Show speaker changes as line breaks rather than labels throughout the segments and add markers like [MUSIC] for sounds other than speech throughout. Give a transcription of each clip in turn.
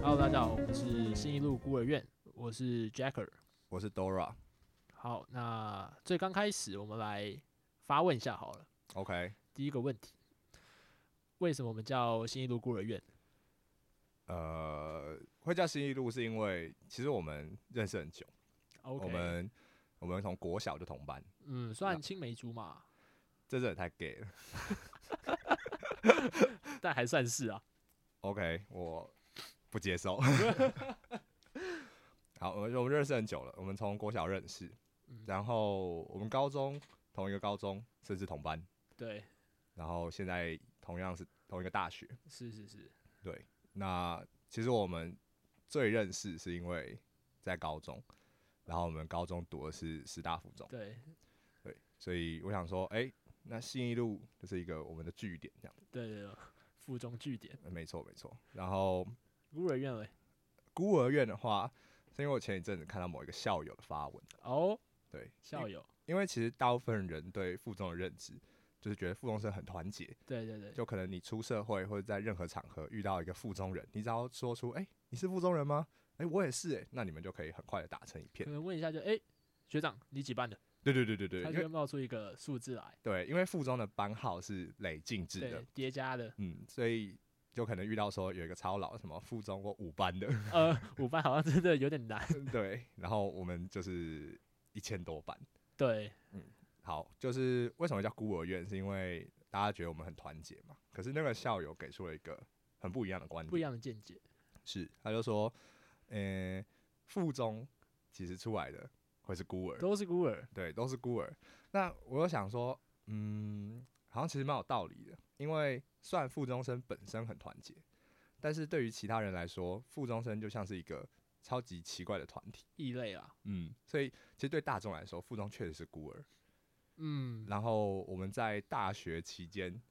Hello，大家好，我们是新一路孤儿院，我是 Jacker。
我是 Dora。
好，那最刚开始，我们来发问一下好了。
OK，
第一个问题，为什么我们叫新一路孤儿院？
呃，会叫新一路是因为其实我们认识很久
OK，
我们我们从国小就同班，
嗯，算青梅竹马，
这真的太 gay 了。
但还算是啊。
OK，我不接受。 [LAUGHS] 好，我们我们认识很久了，我们从国小认识，
嗯
然后我们高中同一个高中，甚至同班，
对，
然后现在同样是同一个大学。
是是是，
对，那其实我们最认识是因为在高中，然后我们高中读的是师大附中。
对
对，所以我想说，哎、那信义路就是一个我们的据点，这样子。
对对对，附中据点
呃没错，没错。然后
孤儿院嘞。
孤儿院的话，是因为我前一阵子看到某一个校友的发文，
哦，
对，
校友，
因为其实大部分人对附中的认知，就是觉得附中生很团结，
对对对，
就可能你出社会或者在任何场合遇到一个附中人，你只要说出，哎、你是附中人吗？哎、我也是、哎，那你们就可以很快的打成一片
可。能问一下就，哎、学长你几班的？
对对对对对，
他
因
就会
为
冒出一个数字来，
对，因为附中的班号是累进制的
对，，叠加的，
嗯，所以就可能遇到说有一个超老什么附中或五班的， [LAUGHS]
呃，五班好像真的有点难。
对，然后我们就是一千多班。
对，
好，就是为什么叫孤儿院，是因为大家觉得我们很团结嘛。可是那个校友给出了一个很不一样的观点，
不一样的见解。
是他就说，呃，附中其实出来的会是孤儿，
都是孤儿，
对，都是孤儿。那我又想说，嗯，好像其实蛮有道理的，因为虽然附中生本身很团结，但是对于其他人来说，附中生就像是一个超级奇怪的团体，
异类啦。
嗯，所以其实对大众来说，附中确实是孤儿。
嗯，
然后我们在大学期间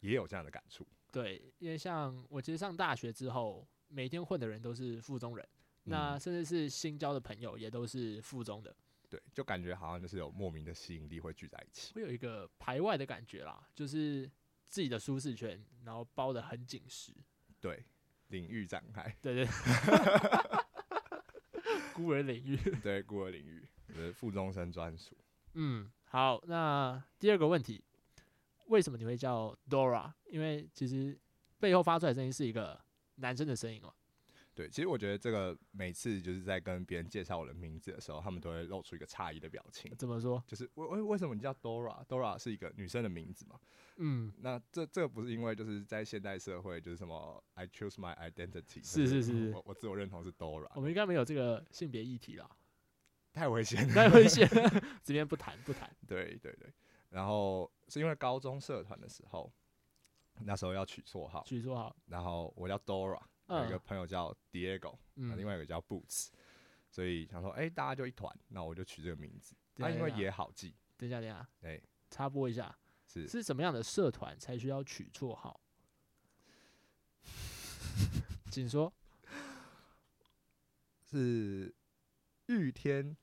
也有这样的感触，
对，因为像我其实上大学之后，每天混的人都是附中人，那
嗯
甚至是新交的朋友也都是附中的，
对，就感觉好像就是有莫名的吸引力会聚在一起，
会有一个排外的感觉啦，就是自己的舒适圈，然后包得很紧实。
对，领域展开，
对 [LAUGHS] 对孤儿领域。
对，孤儿领域，就是附中生专属。
嗯， [LAUGHS] 好，那第二个问题，为什么你会叫 Dora？因为其实背后发出来的声音是一个男生的声音嘛。
对，其实我觉得这个每次就是在跟别人介绍我的名字的时候，他们都会露出一个诧异的表情，
怎么说？
就是为为为什么你叫 Dora？Dora 是一个女生的名字嘛？
嗯，
那这这个不是因为就是在现代社会就是什么 I choose my identity，
是
就是
是
我我自我认同是
我
Dora，
们应该没有这个性别议题啦， [LAUGHS]
太危险了。
太危险了， [LAUGHS] 这边不谈不谈。
对对对，然后是因为高中社团的时候，那时候要取绰号，
举说好，
然后我叫 Dora，有一个
嗯
朋友叫 Diego，、
嗯，
另外一啊个叫 Boots，所以想说哎、大家就一团，那我就取这个名字。
等
它
一下
因为
等一下
也好记，
等一下等一下，
哎，
插播一下，
是
是什么样的社团才需要取绰号？请说，
是玉天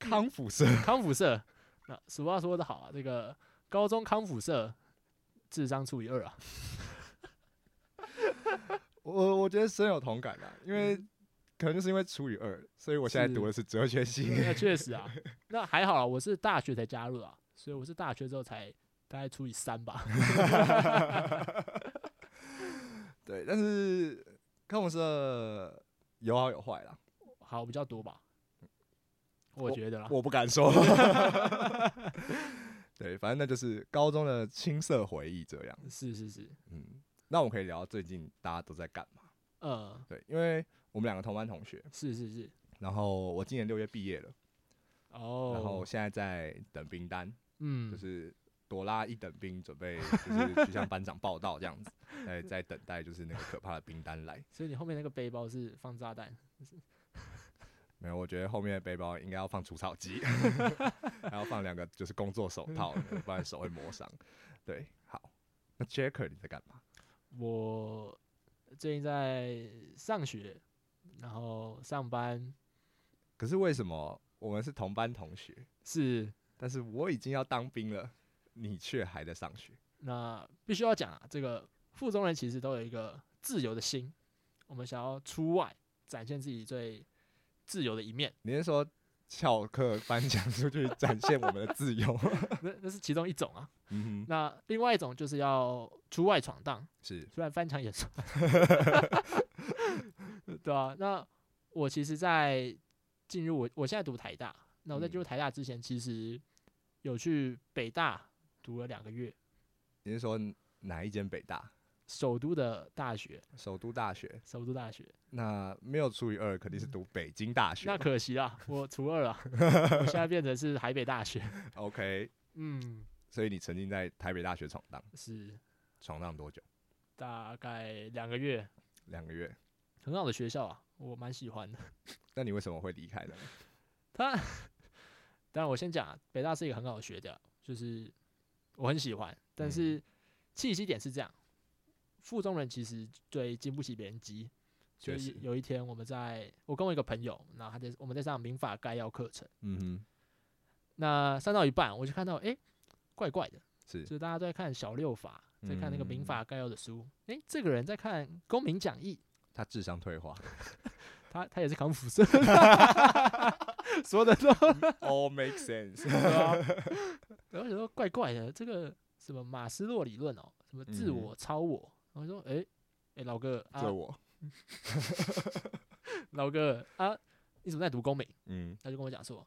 康复社，
康复社。那俗话说得好啊，这个高中康复社智商除以二
[LAUGHS]
啊。
我我觉得深有同感啦，啊因为可能就是因为除以二，所以我现在
是
读的嗯是哲学系。
那确实啊，那还好啊，我是大学才加入啊，所以我是大学之后才大概除以三吧。
对，但是康复社有好有坏啦，
好，比较多吧，我觉得啦。
我不敢 [LAUGHS] 说。对，反正那就是高中的青涩回忆这样。
是是是，
嗯，那我们可以聊最近大家都在干嘛？
呃，
对，因为我们两个同班同学，
是是是，
然后我今年六月毕业了，
哦，
然后现在在等兵单，
嗯，
就是朵拉一等兵，准备就是去向班长报道这样子，在在等待就是那个可怕的兵单来。
所以你后面那个背包是放炸弹，
没有，我觉得后面的背包应该要放除草机， [LAUGHS] 还要放两个就是工作手套，不然手会磨伤。对，好，那 Jacker 你在干嘛？
我最近在上学，然后上班
可是为什么我们是同班同学，
是
但是我已经要当兵了，你却还在上学。
那必须要讲啊，这个附中人其实都有一个自由的心，我们想要出外展现自己最自由的一面，
你是说翘课颁奖出去展现我们的自由？
那那是其中一种啊。
嗯哼，
那另外一种就是要出外闯荡，
是
虽然翻墙也算， [LAUGHS] 对啊。那我其实，在进入我我现在读台大，那我在进入台大之前，其实有去北大读了两个月，
你是说哪一间北大？
首都的大学，
首都大学？
首都大学，
那没有除以二，肯定是读北京大学
那
嘛。
可惜啊，我除二 [LAUGHS] 啊，我现在变成是台北大学，
OK，
嗯，
所以你曾经在台北大学闯荡，
是
闯荡多久？
大概两个月，
两个月。
很好的学校啊，我蛮喜欢的。
那你为什么会离开呢？
他，当然我先讲啊，北大是一个很好的学校，就是我很喜欢，
嗯
但是气息点是这样，附中人其实最经不起别人激。就
确
是
实
有一天我们在，我跟我一个朋友，然后他在我们在上民法概要课程，
嗯哼，
那上到一半我就看到，诶，怪怪的，
是
就是大家都在看小六法，在看那个民
嗯
法概要的书，诶，这个人在看公民讲义，
他智商
[LAUGHS]
退化。
他他也是扛
[LAUGHS]
辐射，说的都
All make sense。
对啊，然后想说怪怪的，这个什么马斯洛理论哦，什么自
嗯哼
我、超我，然后说诶诶，老哥 [LAUGHS] 啊
这，我，
老哥啊，你怎么在读公民？
嗯，
他就跟我讲说，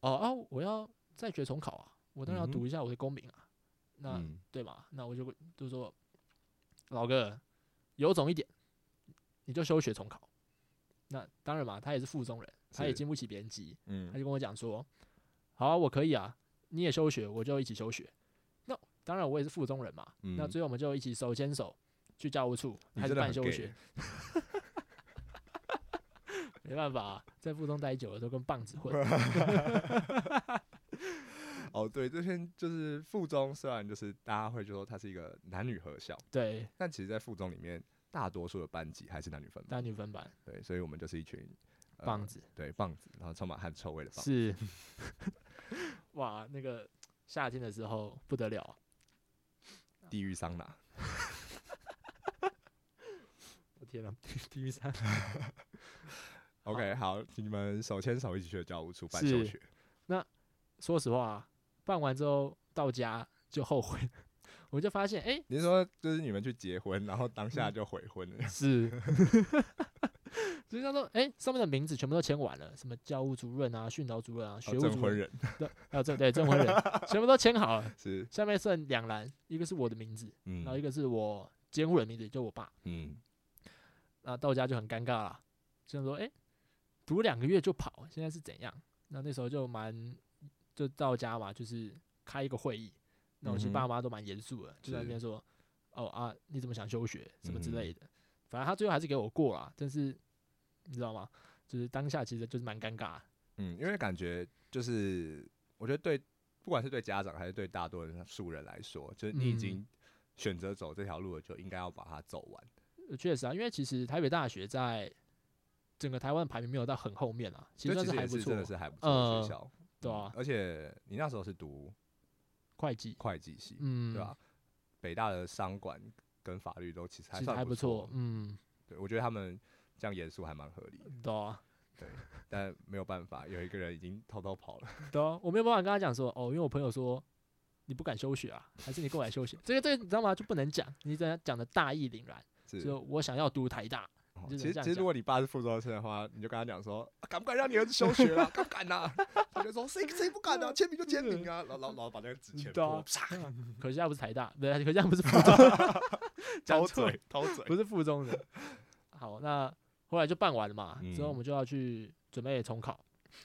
哦啊，我要再学重考啊，我当然
嗯
要
哼
读一下我的公民啊，那、
嗯
对嘛？那我就就说，老哥有种一点，你就休学重考。那当然嘛，他也是附中人，他也
是
经不起别人急，他
嗯，
就跟我讲说：“好啊、我可以啊，你也休学，我就一起休学。”那当然，我也是附中人嘛。那
嗯
最后我们就一起手牵手去教务处，
你
还是
真的
办
很
休
gay 欸
学。 [LAUGHS] 没办法、啊，在附中待久了都跟棒子混。
[LAUGHS] 哦，对，这篇就是附中，虽然就是大家会就说它是一个男女合校，
对，
但其实，在附中里面，大多数的班级还是男女分班。
当女分班
对，所以我们就是一群、呃
棒，子、
对棒子，然后充满汗臭味的棒子。
是。 [LAUGHS] 哇，那个夏天的时候不得了啊、
地狱桑拿，
我天啊 [LAUGHS] 哪、地狱山
OK，好，你们手牵手一起去教务处办休
是
学，
说实话啊，办完之后到家就后悔了，我就发现，哎、
你是说就是你们去结婚，然后当
嗯
下就悔婚了，
是，就是他说，哎、上面的名字全部都签完了，什么教务主任啊、训导主任啊、
哦
学务
证
主
婚
任，
人
还有证对证婚人，全部都签好了。
是，
下面剩两栏，一个是我的名字，然后一
嗯
个是我监护人的名字，就我爸。
嗯，
那到家就很尴尬啦，就想说，哎、读两个月就跑，现在是怎样？那那时候就蛮，就到家嘛，就是开一个会议。那我其
嗯
实
哼
爸妈都蛮严肃的，就在那
是
边说，哦啊，你怎么想休学什么之
嗯哼
类的。反正他最后还是给我过了，但是你知道吗？就是当下其实就是蛮尴尬的。
嗯，因为感觉就是，我觉得对，不管是对家长还是对大多数人来说，就是你已
嗯
经选择走这条路了，就应该要把它走完。
呃确实啊，因为其实台北大学在整个台湾排名没有到很后面啊，其
就
实算
其实
还
也
不
是
错
真的。是还不错的
呃
学校，
对
嗯
啊
而且你那时候是读
会计，
会计系，
嗯，
对啊吧？北大的商管跟法律都其实还
其实
算
还
不
不错，嗯，
对，我觉得他们这样严肃还蛮合理的，
对啊。
但没有办法，有一个人已经偷偷跑了。
对啊，我没有办法跟他讲说，哦，因为我朋友说你不敢休学啊，还是你过来
[LAUGHS]
休学，这个这个你知道吗？就不能讲，你只能讲的大义凛然，
是，
就我想要读台大，
哦
就只能
其实
这样
其实如
讲
果你爸是附中生的话，你就跟他讲说，啊敢不敢让你儿子休学啊？ [LAUGHS] 敢不敢呐？他就说谁谁不敢啊？签名就签名啊！然后然后然后把那个纸
嗯
签
对啊
破，啪，，
可惜他不是台大，不是，可惜他不是附中讲
偷
错了
嘴偷嘴。
不是附中的。好，那后来就办完了嘛，之后我
嗯
们就要去准备重考，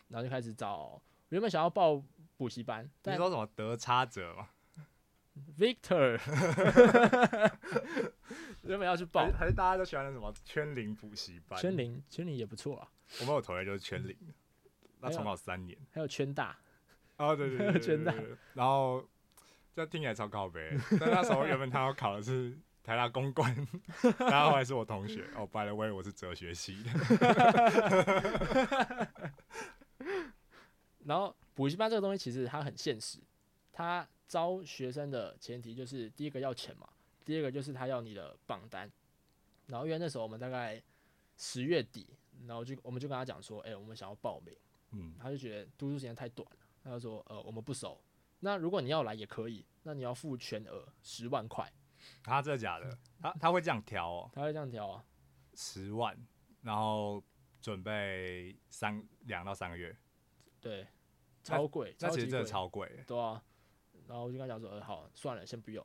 然后就开始找原本想要报补习班，
你
但
说什么得差者嘛？ [LAUGHS]
Victor 原本要去报
还
哎
是还是大家都喜欢那什么圈龄补习班？
圈，龄，圈龄也不错啊，
我们有同学就是圈龄，那
没有
重考三年。
还有圈大，
哦，对对对对
圈
对
大
对对然后这听起来超靠背， [LAUGHS] 但那时候原本他要考的是台大公关， [LAUGHS] 然后后来是我同学。哦，by the way，我是哲学系的。
然后补习班这个东西其实它很现实，它招学生的前提就是第一个要钱嘛，第二个就是他要你的榜单。然后因为那时候我们大概十月底，然后就我们就跟他讲说，哎、我们想要报名，
[LAUGHS] 嗯，
他就觉得读书时间太短了，他就说，呃，我们不熟。那如果你要来也可以，那你要付全额十万块，
他真的假的？他他会这样调哦，
他会这样调啊，
十万，然后准备三两到三个月，
对，
那
超贵，
那
超
其
级
实真
贵
的，超贵。
对啊。然后我就跟他讲说，呃，好，算了，先不用。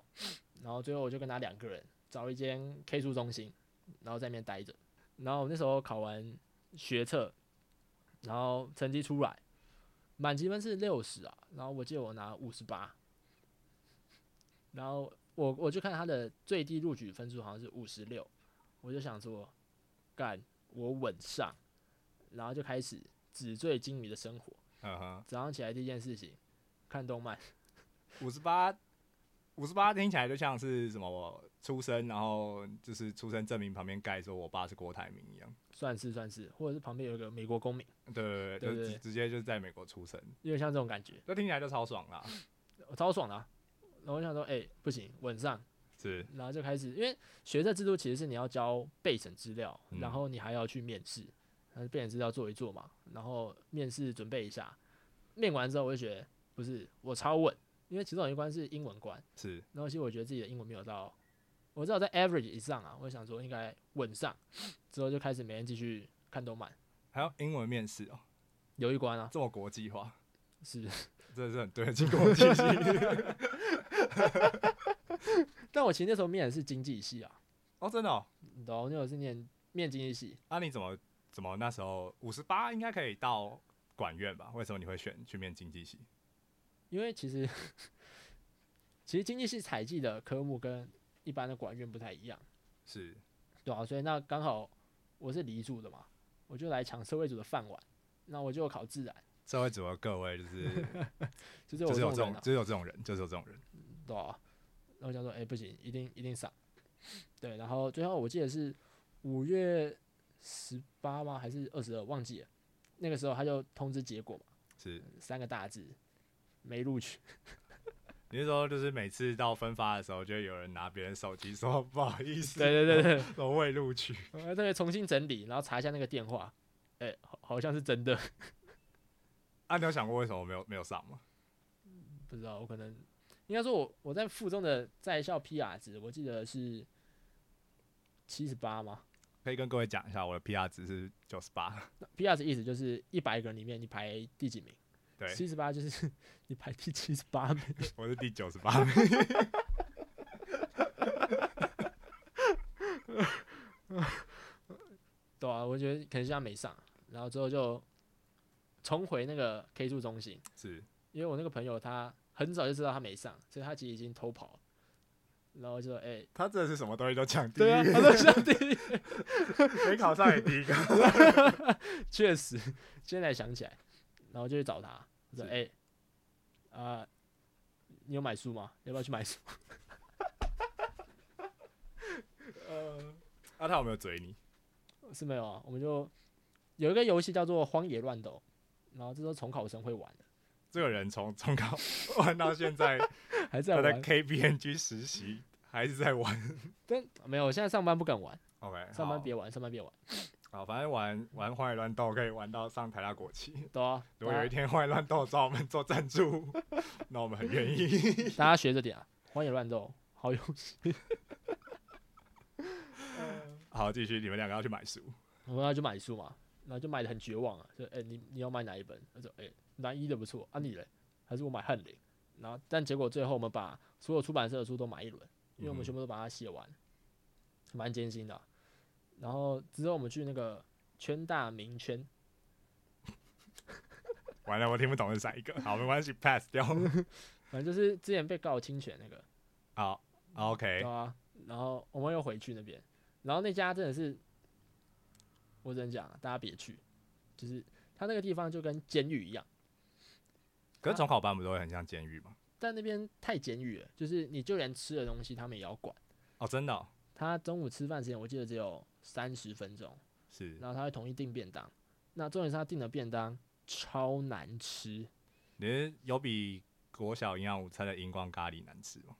然后最后我就跟他两个人找一间 K 书中心，然后在那边待着。然后我那时候考完学测，然后成绩出来，满积分是六十啊，然后我记得我拿五十八，然后我我就看他的最低录取分数好像是五十六，我就想说，干，我稳上，然后就开始纸醉金迷的生活。
嗯哼，
早上起来第一件事情，看动漫。
五十八，五十八听起来就像是什么我出生，然后就是出生证明旁边盖说我爸是郭台铭一样。
算是算是，或者是旁边有一个美国公民，对
对对对，就
对
直直接就是在美国出生，
有点像这种感觉，
就听起来就超爽啦。
我超爽的啊、然后我想说，哎、不行，稳上，
是，
然后就开始，因为学测制度其实是你要交备审资料，然
嗯
后你还要去面试，但是备审资料做一做嘛，然后面试准备一下，面完之后我就觉得不是我超稳，因为其中有一关是英文关，
是，
然后其实我觉得自己的英文没有到，我知道在 average 以上啊，我想说应该稳上，之后就开始每天继续看动漫，
还有英文面试哦，
有一关啊
这么国际化，
是。 [LAUGHS]
真的是很对得起国际性。 [LAUGHS]
但我其实那时候面的是经济系啊，
哦，真的哦，
你懂，我那时候是念面经济系，
那、你怎么怎么那时候五十八应该可以到管院吧？为什么你会选去面经济系？
因为其实 [LAUGHS] 其实经济系采集的科目跟一般的管院不太一样，
是，
对啊，所以那刚好我是理组的嘛，我就来抢社会组的饭碗，那我就考自然，
社会组的各位就是
就是我
就是有
这种人啊，
这种就是有这种人，就是有这种人。
对啊，然后我想说，哎、不行，一定一定上， [LAUGHS] 对，然后最后我记得是五月十八吗？还是二十二？忘记了，那个时候他就通知结果嘛，
是，
三个大字，没录取。 [LAUGHS]
你是说就是每次到分发的时候，就会有人拿别人手机说不好意思，
对对对对，
我未录取。
我还特别呃重新整理，然后查一下那个电话，哎、好好像是真的， [LAUGHS]
啊，你有想过为什么没有没有上吗？
不知道，我可能应该说我我在附中的在校 PR 值，我记得是七十八嘛
可以跟各位讲一下，我的 PR 值是九十八，
，PR 值意思就是一百个人里面你排第几名，
对，
七十八就是 [LAUGHS] 你排第七十八名， [LAUGHS]
我是第九十八 [LAUGHS] 名。
对啊，我觉得可能是他没上，然后之后就重回那个 K 住中心，
是，
因为我那个朋友他很早就知道他没上，所以他其实已经偷跑了，然后就说哎。
他真的是什么东西都抢第
对
[LAUGHS]
啊， [LAUGHS]
一，
他都上第一，
没考上也
[LAUGHS]
第一个。
确实，现在想起来，然后就去找他，我说：“
是
哎、啊、你有买书吗？要不要去买书 [LAUGHS] 啊
那、他有没有追你？？”
是没有啊，我们就有一个游戏叫做《荒野乱斗》，然后这都重考生会
[LAUGHS]
玩的，
这个人从从高玩到现在，
还 [LAUGHS] 在
他在
玩，
KBNG 实习，还是在玩。
但没有，我现在上班不敢玩，
OK，
上班
好
别玩，上班别玩，
好，反正玩玩荒野乱斗可以玩到上台大
[LAUGHS]
国旗。
对啊，
如果有一
大
天荒野乱斗找我们做赞助， [LAUGHS] 那我们很愿意。 [LAUGHS]
家大家学着点啊，《荒野乱斗》好游戏，
好，继续，你们两个要去买书。
[LAUGHS] 我们要去买书嘛，然后就买的很绝望啊，就哎、你你要买哪一本？他说哎、南一的不错，啊你嘞？还是我买翰林？然后但结果最后我们把所有出版社的书都买一轮，因为我们
嗯
全部都把它写完，蛮艰辛的啊、然后之后我们去那个圈大名圈，
完了，我听不懂是哪
[LAUGHS]
一个。好，没关系，pass 掉。
反正就是之前被告侵权那个，
好，OK，
对啊，然后我们又回去那边，然后那家真的是，我只能讲啊，大家别去，就是他那个地方就跟监狱一样。
可是重考班不都会很像监狱吗？
但那边太监狱了，就是你就连吃的东西他们也要管。
哦，真的哦、
他中午吃饭时间我记得只有三十分钟，
是
然后他会统一订便当。那重点是他订的便当超难吃，
你是有比国小营养午餐的荧光咖喱难吃吗？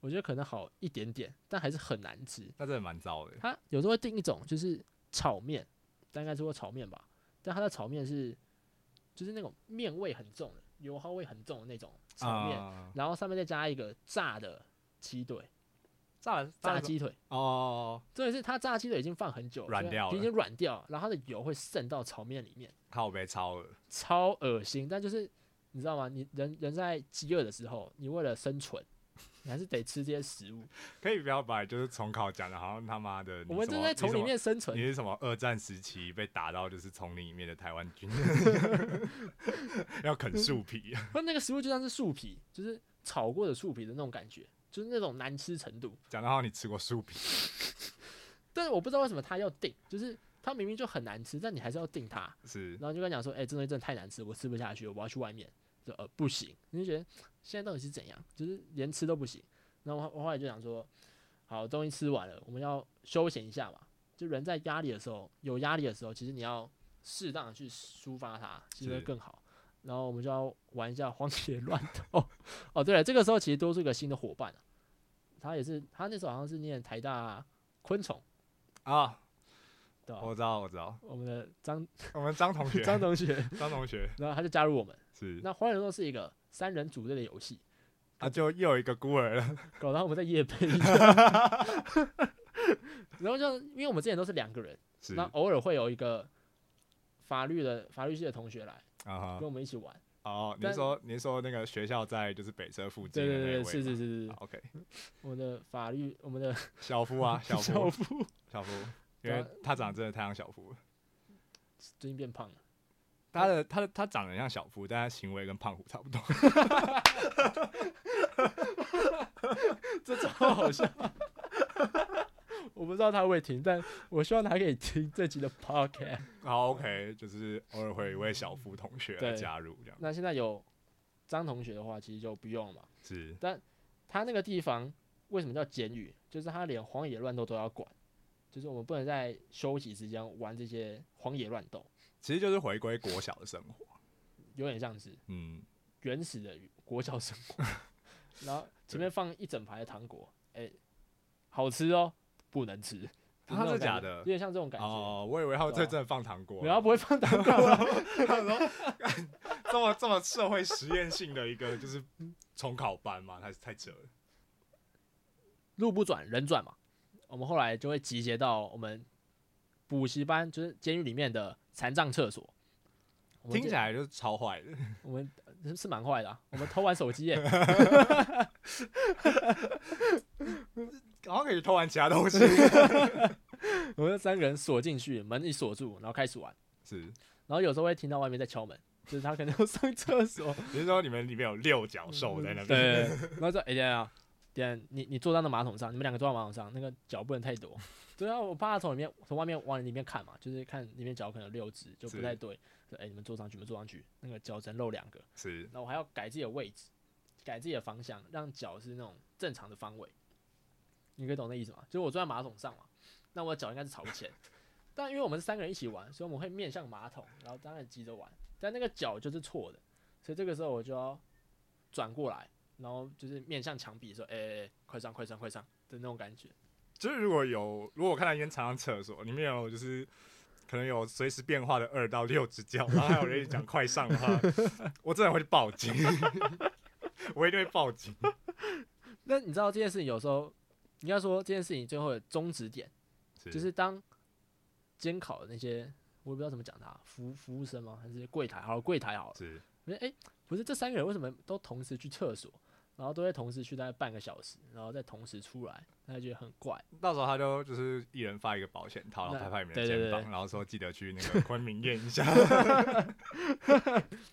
我觉得可能好一点点，但还是很难吃。
那真的蛮糟的。
它有时候会订一种就是炒面，大概是过炒面吧，但它的炒面是就是那种面味很重的，油耗味很重的那种炒面，
啊
然后上面再加一个炸的鸡腿，
炸的
炸
的
鸡腿。
哦，
重点是它炸鸡腿已经放很久了，
软
所以
掉了
已经软掉了，然后它的油会渗到炒面里面，
靠北超恶，
超恶心。但就是你知道吗？你人人在饥饿的时候，你为了生存，你还是得吃这些食
[LAUGHS]
物。
可以不要把就是重考讲的，好像他妈的你
我们
什么
正在
你
从
什
里
么
面生存
你，是什么二战时期被打到就是丛林里面的台湾军，
[LAUGHS]
要啃树皮？
它那个食物就像是树皮，就是炒过的树皮的那种感觉，就是那种难吃程度。
讲到好像你吃过树皮，
但是我不知道为什么他要定，就是它明明就很难吃，但你还是要定它。
是
然后就跟他讲说，哎、这东西真的太难吃，我吃不下去，我要去外面。就呃不行，你就觉得现在到底是怎样，就是连吃都不行。然后我我后来就想说，好，东西吃完了，我们要休闲一下嘛。就人在压力的时候，有压力的时候，其实你要适当的去抒发它，其实会
是
更好。然后我们就要玩一下荒野乱斗。哦，对了，这个时候其实多出一个新的伙伴、啊，他也是，他那时候好像是念台大昆虫，
啊，
对吧？
我知道我知道，
我们的张
我们张同
[LAUGHS]
学
张同学，
张同学
然后他就加入我们。
是
那《荒野斗》是一个三人组队的游戏，
啊，就又有一个孤儿了，
搞得我们在夜配一样。 [LAUGHS] 然后就因为我们之前都是两个人，
是
那偶尔会有一个法律的法律系的同学来
啊哈
跟我们一起玩。
哦，你
但
是说你是说那个学校在就是北车附近
对
的
对
那
对，
一位
是是
吗
是是
啊，，OK，
我们的法律，我们的 [LAUGHS]
小夫啊，小
校
夫
服
小夫，因
对啊
为他长得真的太像小夫了，
最近变胖了，
他的他的他长得很像小夫，但他行为跟胖虎差不多， [LAUGHS]
这超好笑。我不知道他会不会听，但我希望他可以听这集的 podcast。
好 OK，就是偶尔会有一位小夫同学来
对
加入这样，
那现在有张同学的话，其实就不用了嘛。
是
他那个地方为什么叫监狱？就是他连荒野乱斗都要管，就是我们不能在休息时间玩这些荒野乱斗，
其实就是回归国小的生活。
有点像是
嗯，
原始的国小生
[LAUGHS]
活。然后前面放一整排的糖果，哎、好吃哦，不能吃，就是那
啊
种
真的假
感觉
的
有点像这种感觉。
哦，我以为他们
对
这
啊
真的放糖果， [LAUGHS]
然后不会放糖果了，
这么这么社会实验性的一个就是重考班嘛，太太扯了。
路不转人转嘛。我们后来就会集结到我们补习班，就是监狱里面的残障厕所。我们
听
这
起来就是超坏的， [LAUGHS]
我们呃是蛮坏的、啊，我们偷玩手机耶，
好像可以偷玩其他东西。
我们三个人锁进去，门一锁住，然后开始玩，
是，
然后有时候会听到外面在敲门，就是他可能要上厕所，
你是说你们里面有六角兽在那边？
对，然后说哎呀、欸，点你你坐到那马桶上，你们两个坐到马桶上，那个脚不能太多， [LAUGHS] 对啊，我怕他从里面从外面往里面看嘛，就是看里面脚可能有六只就不
是
太对，说哎、你们坐上去，你们坐上去，那个脚只能露两个，
[LAUGHS] 是
那我还要改自己的位置，改自己的方向，让脚是那种正常的方位。你可以懂那意思吗？就是我坐在马桶上嘛，那我的脚应该是朝前，但因为我们是三个人一起玩，所以我们会面向马桶，然后当然急着玩，但那个脚就是错的，所以这个时候我就要转过来，然后就是面向墙壁说：“哎、欸快上，快上，快上！”的那种感觉。
就是如果有，如果我看到一间长长厕所，里面有就是可能有随时变化的二到六只脚，然后还有人一直讲快上的话， [LAUGHS] 我真的会去报警， [LAUGHS] 我一定会报警。
那你知道这件事情有时候，应该说这件事情最后的终止点就是当监考的那些，我也不知道怎么讲他，服服务生吗？还是柜台？好，柜台好了。
是
我觉得哎，不是这三个人为什么都同时去厕所，然后都会同时去大概半个小时，然后再同时出来，那就觉得很怪。
到时候他就就是一人发一个保险套，然后
那
拍拍你们
对
的
对
肩膀，
对
然后说记得去那个昆明验一下。 [LAUGHS]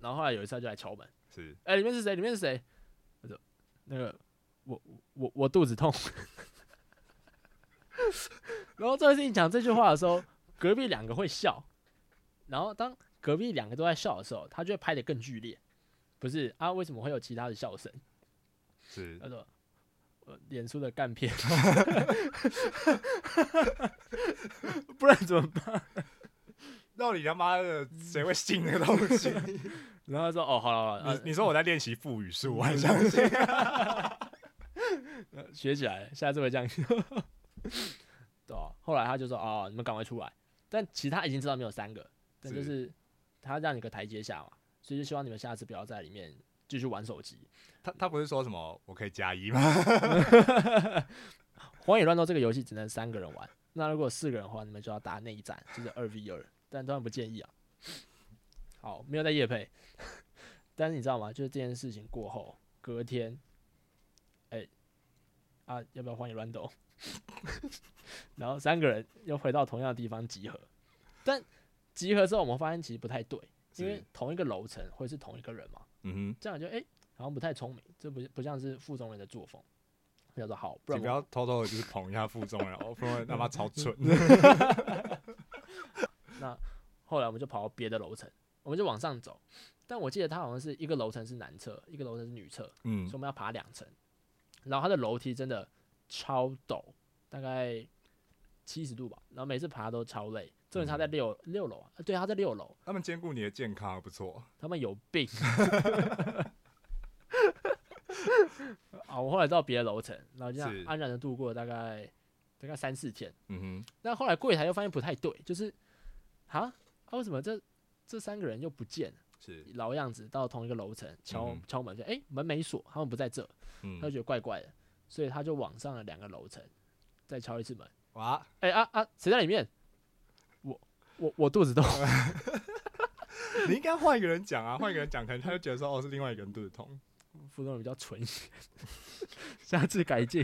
然后后来有一次他就来敲门，
是
哎，里面是谁？里面是谁？我说那个我我我肚子痛。 [LAUGHS] 然后这件事情讲这句话的时候，隔壁两个会笑，然后当隔壁两个都在笑的时候，他就会拍得更剧烈。不是啊，为什么会有其他的笑声？
是
他，说，呃，脸书的干片， [LAUGHS] 不然怎么办？
到底他妈的谁会信那个东 [LAUGHS] 西？
然后他说哦，好了，好了
你你说我在练习腹语术，我还相信。 [LAUGHS]
呃学起来了，下次会这样。 [LAUGHS] 对啊，后来他就说哦，你们赶快出来。但其实他已经知道没有三个，但就是是他让你个台阶下嘛，所以就希望你们下次不要在里面继续玩手机。
他他不是说什么我可以加一吗？
荒野乱斗这个游戏只能三个人玩，那如果四个人的话，你们就要打内战，就是二 v 二，但当然不建议啊。好，没有在夜配， [LAUGHS] 但是你知道吗？就是这件事情过后，隔天，哎、啊，要不要荒野乱斗？ [LAUGHS] 然后三个人又回到同样的地方集合，但集合之后，我们发现其实不太对，因为
是
同一个楼层会是同一个人嘛，
嗯
这样就哎、好像不太聪明，这不不像是副总人的作风。我想说好，不
你
然我
不要偷偷的就是捧一下负重，
[LAUGHS]
然后负重他妈超蠢。
后来我们就跑到别的楼层，我们就往上走。但我记得它好像是一个楼层是男厕，一个楼层是女厕，所
嗯
以我们要爬两层。然后它的楼梯真的超陡，大概七十度吧。然后每次爬都超累，重点是它在
嗯
六、六楼啊，对，它在六楼，
他们兼顾你的健康不错，
他们有病。 [LAUGHS] 啊，我后来到别的楼层，然后就这
是
样安然的度过大概大概三四天。
嗯
但后来柜台又发现不太对，就是啊啊，为什么这这三个人又不见了？
哼，是，
老样子到同一个楼层敲、
嗯哼
敲门，就哎、诶门没锁，他们不在这，他就
嗯，
觉得怪怪的，所以他就往上了两个楼层，再敲一次门，
哇，
哎、啊啊，谁在里面？我我我肚子痛， [LAUGHS]
你应该换一个人讲啊，换一个人讲，可能他就觉得说哦是另外一个人肚子痛，
副总比较纯一点，下次改
[LAUGHS]
进。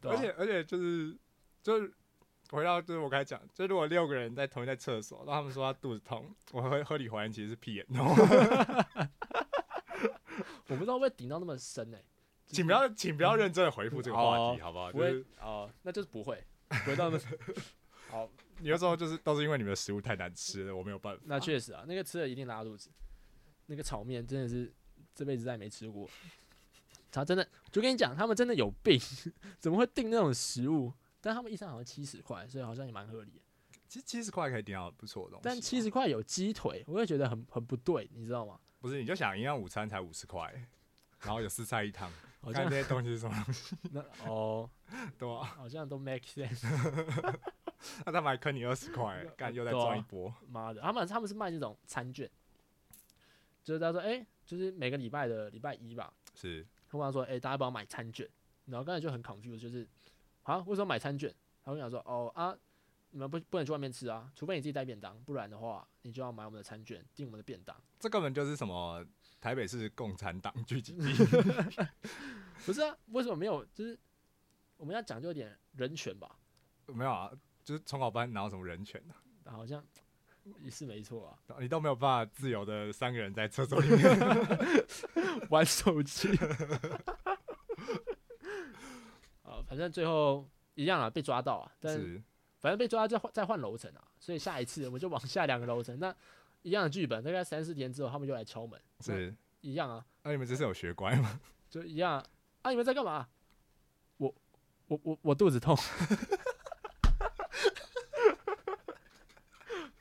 对啊
而且而且就是就是回到就是我刚才讲，就如果六个人在同一在厕所，然后他们说他肚子痛，我合合理怀疑其实是屁眼哦痛，
我不知道会不会顶到那么深呢、就是
请不要请不要认真的回复这个话
哦
题，好不好？
不
啊就
会
是
哦、那就是不会，不会到那么
[LAUGHS]
深。好，
有时候就是都是因为你们的食物太难吃了，我没有办法。
那确实啊，那个吃了一定拉肚子，那个炒面真的是这辈子再也没吃过。他真的，就跟你讲，他们真的有病， [LAUGHS] 怎么会订那种食物？但他们一餐好像七十块，所以好像也蛮合理的。
其实七十块可以点到不错的东西，啊
但七十块有鸡腿，我也觉得很很不对，你知道吗？
不是你就想营养午餐才五
[LAUGHS]
十块，然后有四菜一汤，
好
看
像
这些东西是什
[LAUGHS]
么东西，
那哦，
对啊，
好像都 make sense。 [LAUGHS]
那他们还坑你二十块，干又再
对啊
赚一波。
妈的，他们他们是卖这种餐券，就是他说，哎、就是每个礼拜的礼拜一吧，
是，
他跟我说：“哎、大家帮我买餐券。”然后刚才就很 confused，就是啊，为什么买餐券？他跟我讲说：“哦啊，你们不不能去外面吃啊，除非你自己带便当，不然的话你就要买我们的餐券，订我们的便当。
这根本就是什么台北市共产党聚集地。”
[LAUGHS] 不是啊，为什么没有？就是我们要讲究一点人权吧，
没有啊，就是重考班哪有什么人权呢、
啊好像也是没错啊。
你都没有办法自由的三个人在厕所里
[LAUGHS]
面。
玩手机。 [LAUGHS] 啊，反正最后一样啊，被抓到啊，但
是，
反正被抓再换再换楼层啊，所以下一次我们就往下两个楼层，那一样的剧本，大概三四天之后他们就来敲门，
是，
一样啊，
那、你们这是有学乖
[LAUGHS]
吗？
就一样啊，啊你们在干嘛？我我我我肚子痛， [LAUGHS]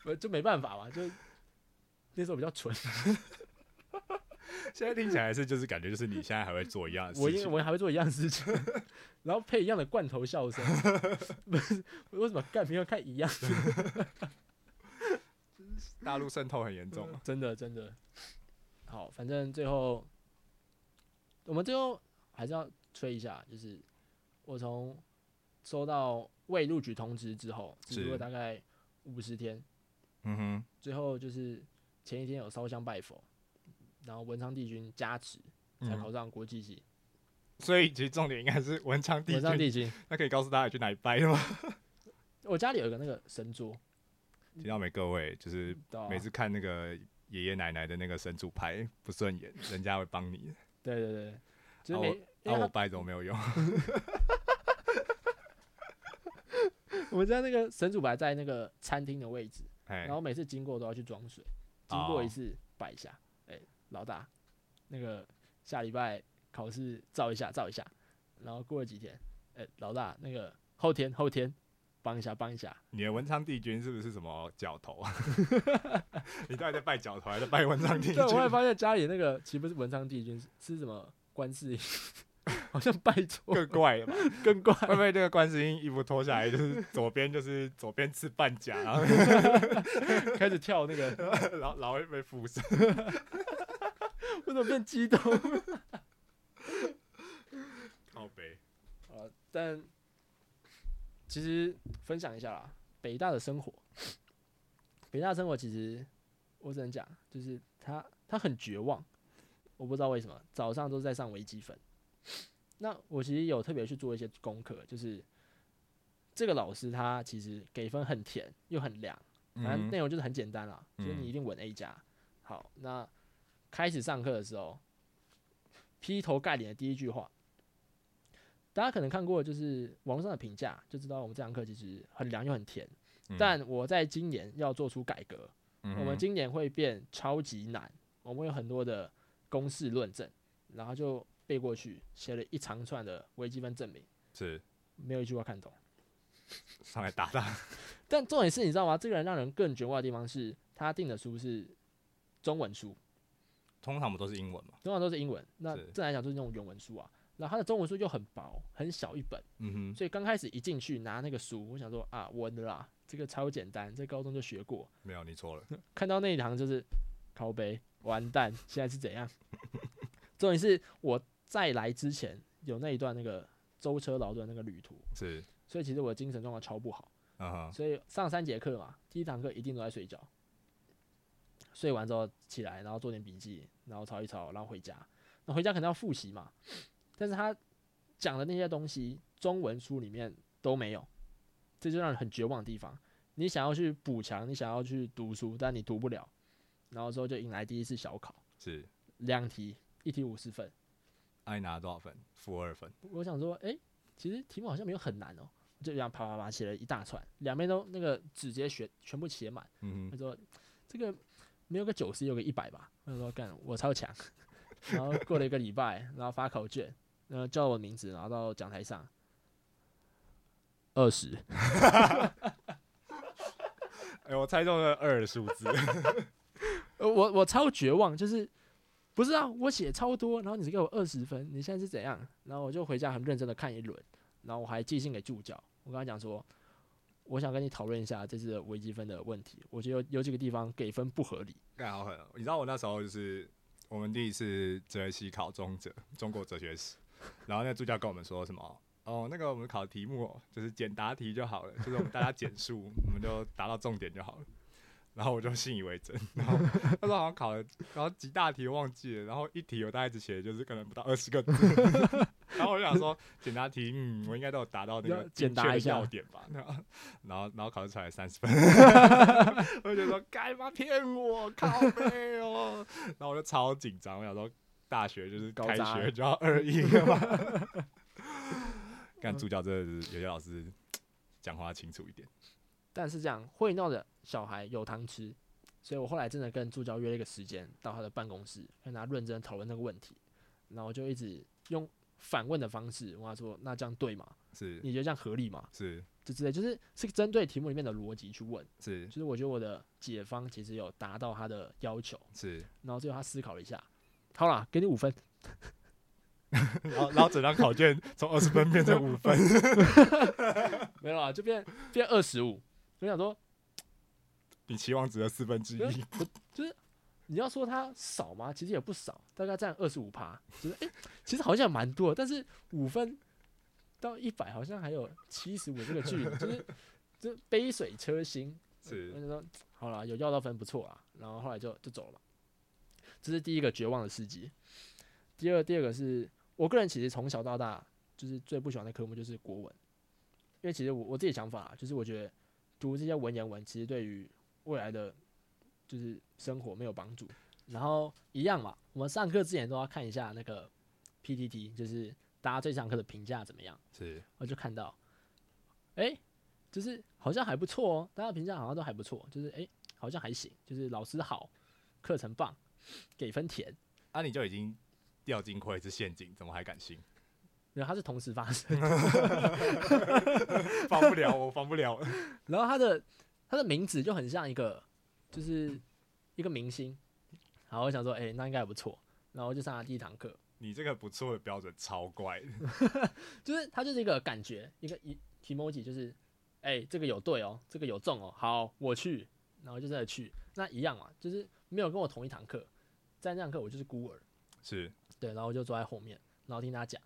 我就没办法嘛，就那时候比较蠢，
现在听起来是就是感觉就是你现在还会做一样的
我
事
因为
情。
我还会做一样的事情， [LAUGHS] 然后配一样的罐头笑声， [LAUGHS] 不是为什么干没有看一样？
大陆渗透很严重啊，
真的真的。好，反正最后我们最后还是要吹一下，就是我从收到未录取通知之后，只
是
不过大概五十天，
嗯哼，
最后就是前一天有烧香拜佛，然后文昌帝君加持才
嗯
考上国际系，
所以其实重点应该是文昌帝
文昌
君。
帝君。
那可以告诉大家去哪里拜了吗？
我家里有一个那个神桌，
听到没，各位，就是
对啊
每次看那个爷爷奶奶的那个神主牌不顺眼，人家会帮
[LAUGHS]
你。
对对对，就是
啊
每、
我
因为
那、
它
我拜怎么没有用？
[LAUGHS] 我们家那个神主牌在那个餐厅的位置，
哎
然，后每次经过都要去装水，经过一
哦
次摆一下。哎、老大，那个下礼拜考试照一下，照一下。然后过了几天，哎、老大，那个后天后天帮一下，帮一下。
你的文昌帝君是不是什么角头？ [LAUGHS] 你到底在拜角头还是拜文昌帝君
对，？我也发现家里那个岂不是文昌帝君，是什么观世音， [LAUGHS] 好像拜
[LAUGHS]
错
更怪了吧？
更怪。
会不会这个观世音衣服脱下来，就是左边就是 [LAUGHS] 左边吃半甲，然后 [LAUGHS]
开始跳那个，
然后然后会被附身？
我怎么变激动？
[LAUGHS] 靠背，
呃，但其实分享一下啦，北大的生活，北大生活其实我只能讲，就是他他很绝望，我不知道为什么早上都是在上微积分。那我其实有特别去做一些功课，就是这个老师他其实给分很甜又很凉，
嗯
反正内容就是很简单啦，所以你一定稳 A 加。好，那开始上课的时候，劈头盖脸的第一句话，大家可能看过就是网络上的评价，就知道我们这堂课其实很凉又很甜。
嗯
但我在今年要做出改革，
嗯
我们今年会变超级难，我们有很多的公式论证，然后就背过去写了一长串的微积分证明，
嗯是
没有一句话看懂。
上来打
[LAUGHS]
他，
但重点是，你知道吗？这个人让人更绝望的地方是他订的书是中文书，
通常不都是英文嘛？
通常都是英文。那
是
正来讲就是那种原文书啊，然后他的中文书又很薄，很小一本，
嗯哼，
所以刚开始一进去拿那个书，我想说啊，文的啦，这个超简单，在高中就学过。
没有你
[LAUGHS]
错了，
看到那一行就是靠背，完蛋，现在是怎样？ [LAUGHS] 重点是我在来之前有那一段那个舟车劳顿那个旅途，
是
所以其实我的精神状况超不好。
啊哈，
所以上三节课嘛，第一堂课一定都在睡觉，睡完之后起来，然后做点笔记，然后抄一抄，然后回家。那回家可能要复习嘛，但是他讲的那些东西，中文书里面都没有，这就让人很绝望的地方。你想要去补强，你想要去读书，但你读不了，然后之后就迎来第一次小考，
是
两题，一题五十分。
爱拿多少分？负二分，
我想说，诶，其实题目好像没有很难哦、就这样啪啪啪写了一大串，两边都那个纸直接写全部写满。
嗯
他
哼，
说这个没有个九十，有个一百吧。我说干，我超强。 [LAUGHS] 然后过了一个礼拜，然后发考卷，然后叫我名字，然后到讲台上，二十。
哎，我猜中了二的数字，
呃，我我超绝望，就是不是啊？我写超多，然后你只给我二十分，你现在是怎样？然后我就回家很认真的看一轮，然后我还寄信给助教，我跟他讲说，我想跟你讨论一下这次的微积分的问题，我觉得有有几个地方给分不合理。
[LAUGHS] 干好狠哦！你知道我那时候就是我们第一次哲系考中哲， [LAUGHS] 中国哲学史，然后那助教跟我们说什么？哦，那个我们考题目、哦、就是简答题就好了，就是我们大家简述， [LAUGHS] 我们就达到重点就好了。然后我就信以为真，然后 [LAUGHS] 那时候好像考了，然后几大题我忘记了，然后一题我大概只写就是可能不到二十个字， [LAUGHS] 然后我就想说简答题，嗯，我应该都有达到那
要
个
简
精
答
确的
一下
要点吧， [LAUGHS] 然后然后然后考试出来三十分， [LAUGHS] 我就说干嘛骗我，靠背哦！然后我就超紧张，我想说大学就是
搞
开
砸了
学就要二一了嘛。干助教真的是有些老师讲话清楚一点，
但是这样会闹的小孩有糖吃，所以我后来真的跟助教约了一个时间到他的办公室，跟他认真讨论那个问题，然后我就一直用反问的方式问他说：“那这样对吗？
是
你觉得这样合理吗
是？”
这之类，就是是针对题目里面的逻辑去问。
是
就是我觉得我的解方其实有达到他的要求，
是，
然后最后他思考了一下，好啦，给你五分，
然后然后整张考卷从二十分变成五分，
没有啦，就变变二十五。我想说，
比期望值的四分
[LAUGHS]
之一。
你要说它少吗？其实也不少，大概占二十五趴，就是诶，其实好像蛮多的，但是五分到一百好像还有七十五这个距离，就是 [LAUGHS] 这杯水车薪。
是
我就说好了，有要到分不错啦，然后后来就就走了嘛。这是第一个绝望的事迹。第二，第二个是我个人其实从小到大就是最不喜欢的科目就是国文，因为其实我我自己想法啊就是我觉得读这些文言文其实对于未来的就是生活没有帮助。然后一样嘛，我们上课之前都要看一下那个 PPT，就是大家对这堂课的评价怎么样。
是
我就看到，哎、就是好像还不错哦，大家评价好像都还不错，就是哎、诶好像还行，就是老师好，课程棒，给分甜。
啊，你就已经掉进过一次陷阱，怎么还敢信？
然后它是同时发生，
防不了，我防不了。
[LAUGHS]
[LAUGHS]
然后它的它的名字就很像一个就是一个明星，然后我想说，哎、那应该还不错，然后就上了第一堂课，
你这个不错的标准超怪的，
就是它就是一个感觉，一个一 emoji 就是，哎、这个有对哦，这个有中哦，好，我去，然后就真的去，那一样嘛，就是没有跟我同一堂课，在那堂课我就是孤儿，
是
对，然后我就坐在后面，然后听他讲，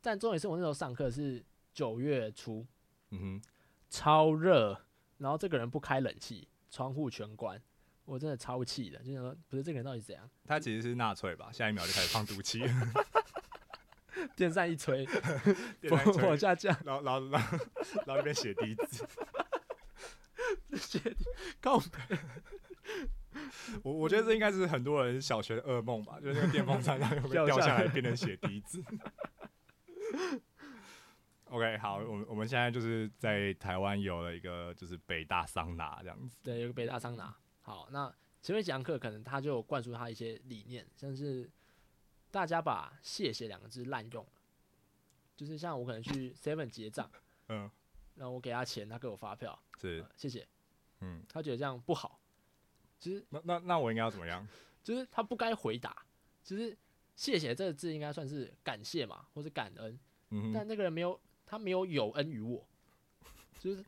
但重点是我那时候上课是九月初，
嗯哼，
超热，然后这个人不开冷气，窗户全关，我真的超气的，就想说，不是这个人到底是怎样？
他其实是纳粹吧？下一秒就开始放毒气，
电扇一吹，
电
往
台吹
往下降，
然后然后然后然后那边写笛
[LAUGHS]
子，
靠，
我我觉得这应该是很多人小学的噩梦吧，就是那个电风扇上面
掉
掉
下
下
来
来变成血滴子。OK，好，我们我们现在就是在台湾有了一个就是北大桑拿这样子，
对，有个北大桑拿。好，那前面几堂课可能他就有灌输他一些理念，像是大家把“谢谢”两个字滥用了，就是像我可能去 Seven 结账，
嗯，
然后我给他钱，他给我发票，
是
呃，谢谢，
嗯，
他觉得这样不好，就是
那那那我应该要怎么样？
就是他不该回答，就是“谢谢”这个字应该算是感谢嘛，或是感恩，
嗯哼，
但那个人没有，他没有有恩于我，就是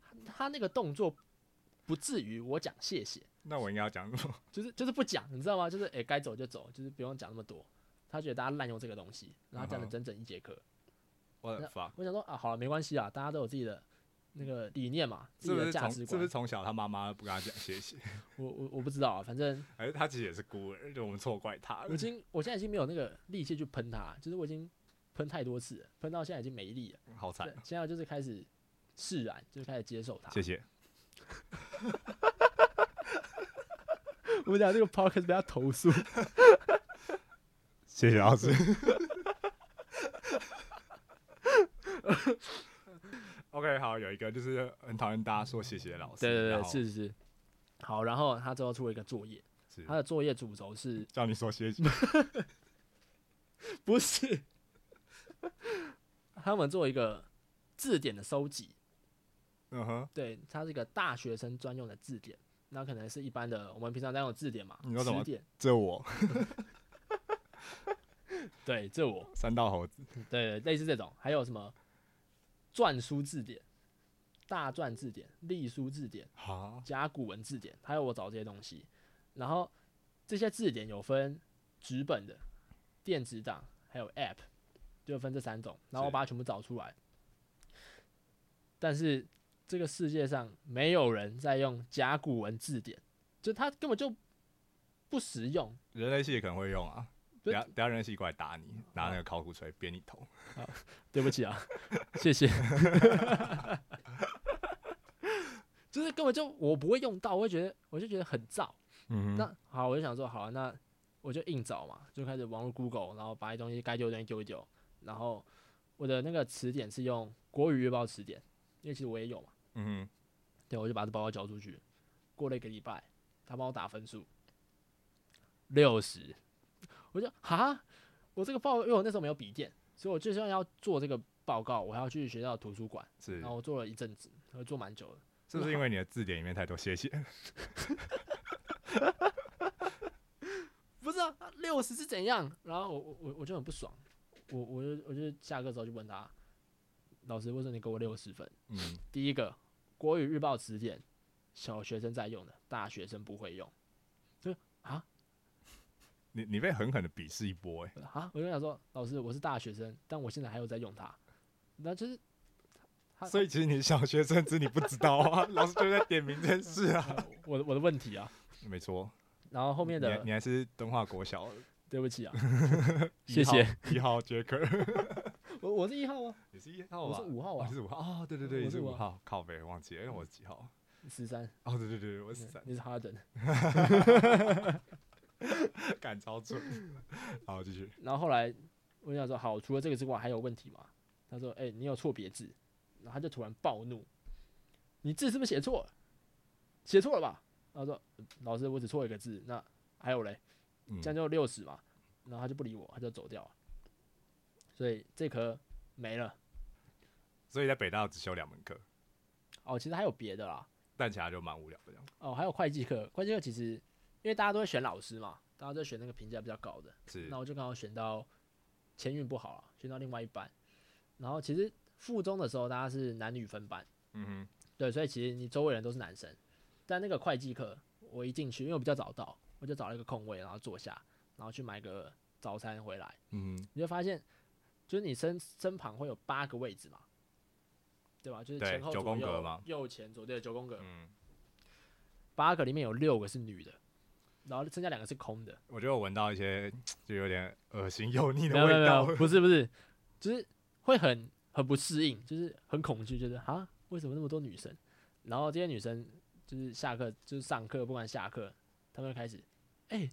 他他那个动作不至于我讲谢谢。
那我应该要讲什么？
就是就是不讲，你知道吗？就是诶，该、走就走，就是不用讲那么多。他觉得大家滥用这个东西，然后讲了
嗯哼
整整一节课。
我的
那
fuck，
我想说啊，好了，没关系啊，大家都有自己的那个理念嘛，自
是
己
不
的
是
价
从
值
是不
观
是。从小他妈妈不跟他讲谢谢？
我我我不知道啊，反正
还是他其实也是孤儿，就我们错怪他
啊我
了
已。经我现在已经没有那个力气去喷他，就是我已经喷太多次了，喷到现在已经没力了。
好惨
对，现在就是开始释然，就开始接受他。
谢谢。
[LAUGHS] 我们讲这个 p o c a s t 被他投诉，
谢谢老师。OK，好，有一个就是很讨厌大家说谢谢老师，
对对
然
对，
后
是是是。好，然后他最后出了一个作业，
是
他的作业主轴是
叫你说谢谢，
[LAUGHS] 不是，他们做一个字典的收集，
嗯哼，
对，它是一个大学生专用的字典，那可能是一般的我们平常在用的字典嘛，
你说什
词
么
典？
这我
对，这我
三道猴子，
对类似这种，还有什么篆书字典、大篆字典、隶书字典、
哈，
甲骨文字典，还有我找这些东西，然后这些字典有分纸本的、电子档，还有 App，就分这三种，然后我
是
把它全部找出来。但是这个世界上没有人在用甲骨文字典，就它根本就不实用。
人类系可能会用啊，
不
等
是
下等下人类系过来打你，拿那个考古锤扁你头，
对不起啊， [LAUGHS] 谢谢。就是根本就我不会用到，我会觉得我就觉得很燥。
嗯哼，
那好，我就想说，好，啊那我就硬找嘛，就开始网络 Google，然后把一东西该丢的东西丢一丢。然后我的那个词典是用《国语日报词典》，因为其实我也有嘛，
嗯
对，我就把这报告交出去。过了一个礼拜，他帮我打分数，六十，我就哈，我这个报，因为我那时候没有笔电，所以我就算要做这个报告，我还要去学校的图书馆，
哼，是
然后我做了一阵子，我做蛮久的。
是不是因为你的字典里面太多谢谢？
不是啊，六十是怎样？然后我我我我就很不爽，我我就我就下课之后就问他，老师为什么你给我六十分？ [LAUGHS]
嗯，
第一个《国语日报词典》，小学生在用的，大学生不会用，就啊
你你被狠狠的鄙视一波哎，
啊！我就想说，老师我是大学生，但我现在还有在用它，那
[LAUGHS]
就是他
所以其实你小学生只是你不知道啊， [LAUGHS] 老师就在点名这件事啊，
呃我的我的问题啊。
没错，
然后后面
你还
的
你还是敦化国小
对不
[LAUGHS]
起啊，谢
一号
谢
一号杰克，
我我是一号啊，
你是一号
我
吧
是？五号
哦
啊
你，是五号哦，对对对，
我
你
是
是
五
五号，靠北忘记了，因哎为我是几号？
十三，
哦，对对对，我是三，
你是哈登。
赶超准。好，继续。
然后后来我就想说，好，除了这个之外还有问题吗？他说，哎、你有错别字。然后他就突然暴怒，你字是不是写错了？写错了吧？然后说，嗯老师，我只错一个字，那还有嘞，
嗯
这样就六十嘛。然后他就不理我，他就走掉了。所以这科没了。
所以在北大只修两门课，
哦，其实还有别的啦，
但其他就蛮无聊的这样。
哦，还有会计课，会计课其实因为大家都会选老师嘛，大家都选那个评价比较高的，
是
那我就刚好选到前运不好了，选到另外一班。然后其实附中的时候大家是男女分班，
嗯
对，所以其实你周围人都是男生。但那个会计课，我一进去，因为我比较早到，我就找了一个空位，然后坐下，然后去买个早餐回来。
哼，嗯
你就发现，就是你身身旁会有八个位置嘛，对吧？就是
对
前后
九
左
宫格
右
嘛、
右前左对九宫格
哼，，嗯，
八个里面有六个是女的，然后剩下两个是空的。
我觉得我闻到一些就有点恶心油腻
没
的
有没有
味
没
道
有，。不是不是，就是会很很不适应，就是很恐惧，就是啊，为什么那么多女生？然后这些女生就是下课就是上课，不管下课，她们就开始，哎、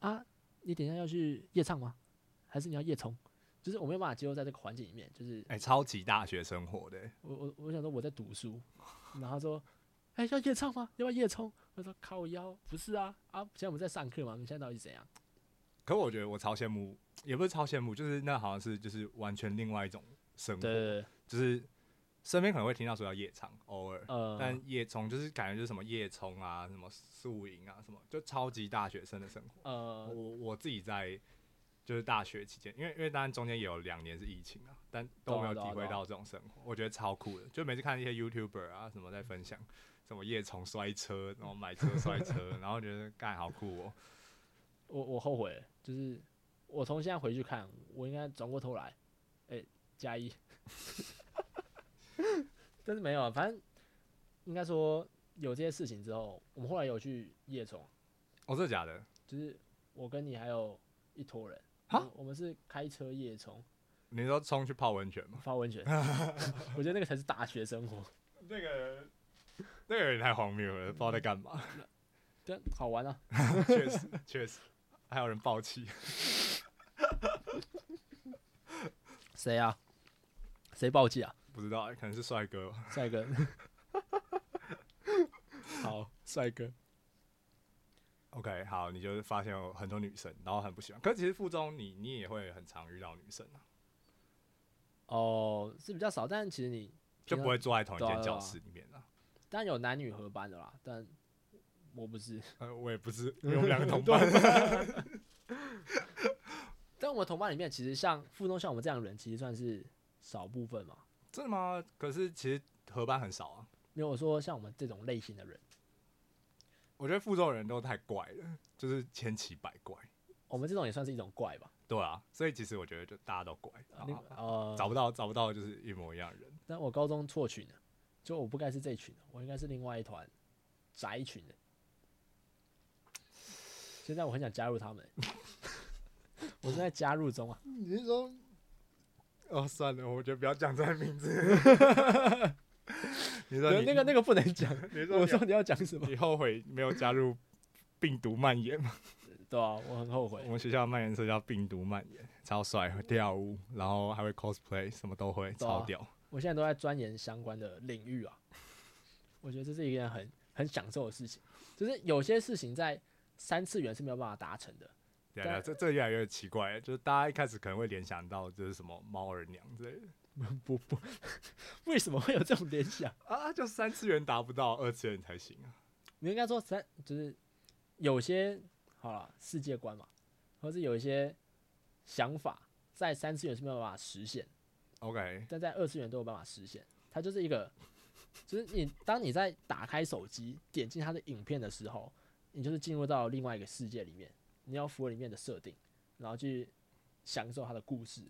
啊，你等一下要去夜唱吗？还是你要夜冲？就是我没有办法接受在这个环境里面，就是
哎、超级大学生活的、欸
我我我想说我在读书，然后他说，哎、要夜唱吗？要不要夜冲？我说靠腰，不是啊啊，现在我们在上课嘛，你现在到底怎样？
可我觉得我超羡慕，也不是超羡慕，就是那好像是就是完全另外一种生活，
对对对，
就是身边可能会听到说要夜场，偶尔，
呃，
但夜冲就是感觉就是什么夜冲啊，什么宿营啊，什么就超级大学生的生活。
呃
我，我自己在就是大学期间，因为因为当然中间也有两年是疫情啊，但都没有
懂啊懂啊
体会
懂啊
到这种生活，我觉得超酷的。就每次看一些 YouTuber 啊什么在分享什么夜冲摔车，然后买车摔车，
[LAUGHS]
然后觉得干好酷哦。
我我后悔了，就是我从现在回去看，我应该转过头来，哎、加一， [LAUGHS] 但是没有，啊，反正应该说有这些事情之后，我们后来有去夜冲，
哦，真的假的？
就是我跟你还有一坨人，
哈
我我们是开车夜冲
你说冲去泡温泉吗？
发
[LAUGHS]
温泉，我觉得那个才是大学生活，
那个那个有点太荒谬了，不知道在干嘛。
但好玩啊，
[LAUGHS] 确实确实， [LAUGHS] 还有人爆气。
谁啊？谁暴气啊？
不知道，可能是帅哥吧。
帅哥， [LAUGHS] 好，帅哥，
OK，好，你就是发现有很多女生，然后很不喜欢。可是其实附中你你也会很常遇到女生啊，
哦，是比较少，但其实你
就
平常
不会坐在同一
对啊
间
对
教
啊
室里面啊。
当然有男女合班的啦，但我不是。 [LAUGHS]
呃，我也不是，因为我们两个同班。
但我们同班里面，其实像附中像我们这样的人，其实算是少部分嘛。
[LAUGHS] 真的吗？可是其实合班很少啊。
没有说像我们这种类型的人，
我觉得附中的人都太怪了，就是千奇百怪。
我们这种也算是一种怪吧。
对啊，所以其实我觉得就大家都怪，
啊
啊
另呃，
找不到找不到就是一模一样的人。
但我高中错群了，就我不该是这群的，我应该是另外一团宅群的。现在我很想加入他们， [LAUGHS] 我正在加入中啊。
你是说？哦，算了，我觉得不要讲这个
[LAUGHS]
名字。你啊说你
那个那个不能讲，
你说
我
你
说你要讲什么？
你后悔没有加入病毒蔓延吗？
对啊，我很后
我
悔。
们学校的蔓延社叫病毒蔓延，超帅，会跳舞，然后还会 cosplay，什么都会，
对啊
超屌。
我现在都在钻研相关的领域啊。 [LAUGHS] 我觉得这是一件很很享受的事情，就是有些事情在三次元是没有办法达成的。
对啊，这这越来越奇怪，就是大家一开始可能会联想到就是什么猫儿娘之类的
不不，为什么会有这种联想？ [LAUGHS]
啊，就三次元达不到，二次元才行啊。
你应该说三，就是有些好了世界观嘛，或是有一些想法在三次元是没有办法实现，
OK，
但在二次元都有办法实现。它就是一个，就是你当你在打开手机点进它的影片的时候，你就是进入到另外一个世界里面，你要符合里面的设定，然后去享受它的故事。